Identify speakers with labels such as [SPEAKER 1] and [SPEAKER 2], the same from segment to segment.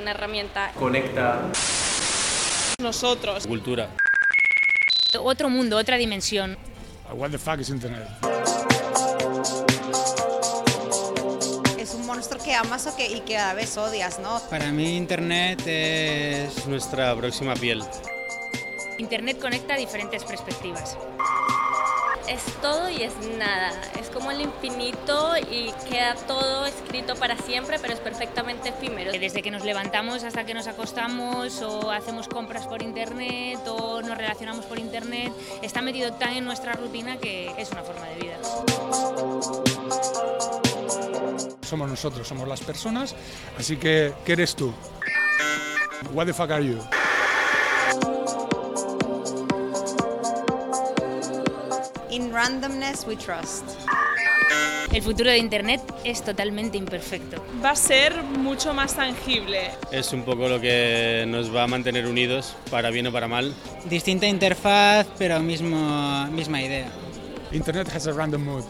[SPEAKER 1] Una herramienta.
[SPEAKER 2] Conecta.
[SPEAKER 1] Nosotros.
[SPEAKER 3] Cultura.
[SPEAKER 1] Otro mundo, otra dimensión.
[SPEAKER 4] What the fuck es internet?
[SPEAKER 5] Es un monstruo que amas o que, y que a veces odias, ¿no?
[SPEAKER 6] Para mí Internet es nuestra próxima piel.
[SPEAKER 1] Internet conecta diferentes perspectivas.
[SPEAKER 7] Es todo y es nada. Es como el infinito y queda todo escrito para siempre, pero es perfectamente efímero.
[SPEAKER 1] Eh, Desde que nos levantamos hasta que nos acostamos o hacemos compras por internet o nos relacionamos por internet, está metido tan en nuestra rutina que es una forma de vida.
[SPEAKER 4] Somos nosotros, somos las personas, así que ¿qué eres tú? What the fuck are you?
[SPEAKER 5] In randomness we trust.
[SPEAKER 1] El futuro de Internet es totalmente imperfecto.
[SPEAKER 8] Va a ser mucho más tangible.
[SPEAKER 6] Es un poco lo que nos va a mantener unidos, para bien o para mal.
[SPEAKER 9] Distinta interfaz, pero mismo, misma idea.
[SPEAKER 4] Internet has a random mood.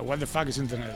[SPEAKER 4] What the fuck is internet?